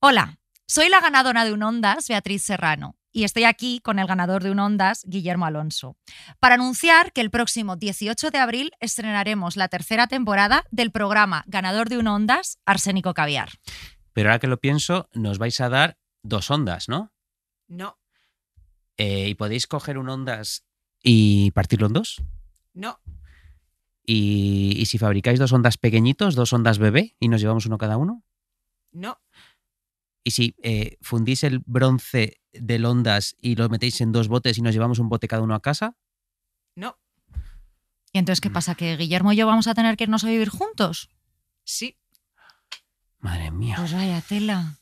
Hola, soy la ganadora de un Ondas, Beatriz Serrano, y estoy aquí con el ganador de un Ondas, Guillermo Alonso, para anunciar que el próximo 18 de abril estrenaremos la tercera temporada del programa ganador de un Ondas, Arsénico Caviar. Pero ahora que lo pienso, nos vais a dar dos ondas, ¿no? No, Eh, y podéis coger un ondas y partirlo en dos. no. Y, y si fabricáis dos ondas pequeñitos, dos ondas bebé, y nos llevamos uno cada uno. No, Y si eh, fundís el bronce del ondas y lo metéis en dos botes y nos llevamos un bote cada uno a casa, no, ¿Y entonces qué pasa? ¿Que Guillermo y yo vamos a tener que irnos a vivir juntos? sí. madre mía. Pues vaya tela.